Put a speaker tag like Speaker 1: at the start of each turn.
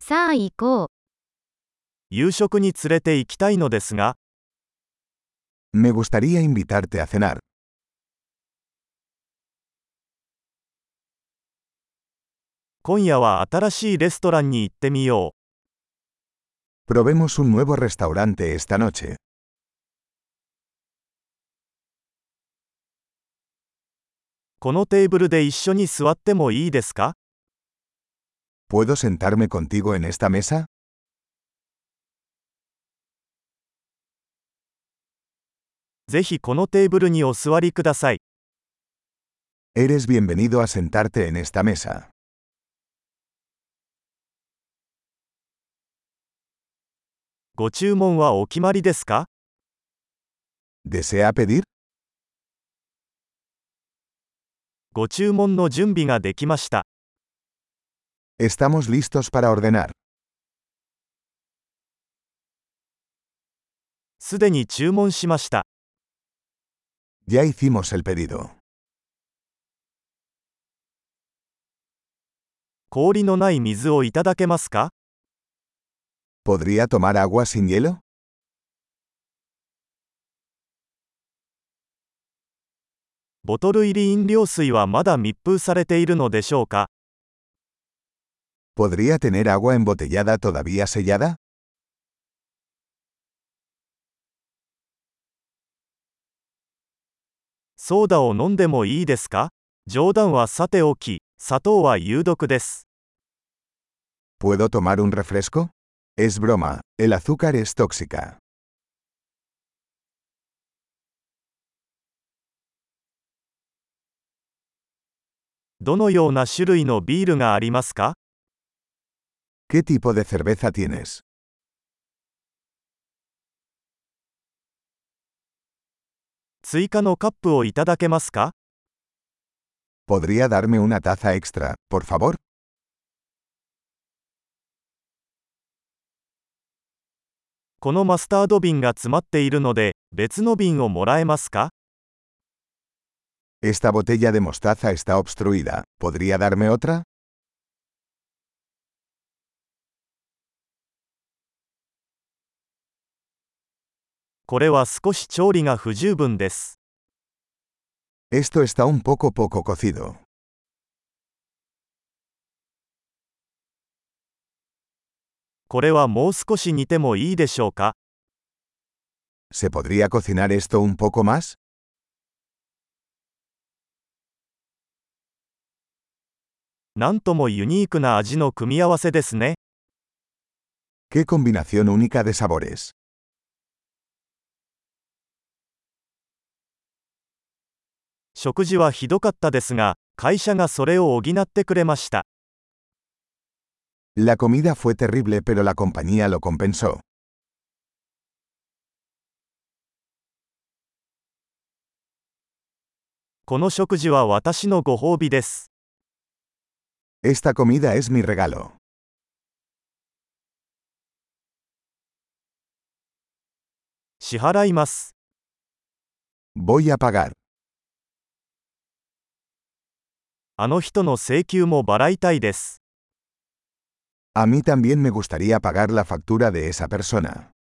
Speaker 1: さあ行こう。
Speaker 2: 夕食に連れて行きたいのですが、
Speaker 3: Me gustaría invitarte a cenar.
Speaker 2: 今夜は新しいレストランに行ってみよ
Speaker 3: Probemos un nuevo restaurante esta noche.
Speaker 2: う。このテーブルで一緒に座ってもいいですか
Speaker 3: ¿Puedo sentarme contigo en esta mesa?
Speaker 2: ぜひこのテーブルにお座りください。
Speaker 3: Eres bienvenido a sentarte en esta mesa.
Speaker 2: ご注文はお決まりですか
Speaker 3: ¿Desea pedir?
Speaker 2: ご注文の準備ができました。
Speaker 3: Estamos listos para ordenar.
Speaker 2: すでに注文しました。
Speaker 3: Ya hicimos el pedido.
Speaker 2: 氷のない水をいただけますか
Speaker 3: ¿Podría tomar agua sin hielo?
Speaker 2: ボトル入り飲料水はまだ密封されているのでしょうか
Speaker 3: ¿Podría tener agua embotellada todavía sellada?
Speaker 2: ソーダを飲んでもいいですか冗談はさておき、砂糖は有毒です。
Speaker 3: ¿Puedo tomar un refresco? Es broma, el azúcar es tóxica.
Speaker 2: どのような種類のビールがありますか
Speaker 3: ¿Qué tipo de cerveza tienes?
Speaker 2: 追加のカップをいただけますか
Speaker 3: ¿Podría darme una taza extra, por favor?
Speaker 2: このマスタード瓶が詰まっているので、別の瓶をもらえますか
Speaker 3: Esta botella de mostaza está obstruida. ¿Podría darme otra?
Speaker 2: これは少し調理が不十分です。
Speaker 3: Esto está un poco poco cocido.
Speaker 2: これはもう少し煮てもいいでしょうか
Speaker 3: ¿Se podría cocinar esto un poco más?
Speaker 2: なんともユニークな味の組み合わせですね。
Speaker 3: ¡Qué combinación única de sabores!
Speaker 2: 食事はひどかったですが、会社がそれを補ってくれました。
Speaker 3: La comida fue terrible pero la compañía lo compensó.
Speaker 2: この食事は私のご褒美です。
Speaker 3: Esta comida es mi regalo.
Speaker 2: 支払います。
Speaker 3: Voy a pagar.
Speaker 2: あの人の請求も払いたいです。
Speaker 3: A mí también me gustaría pagar la factura de esa persona.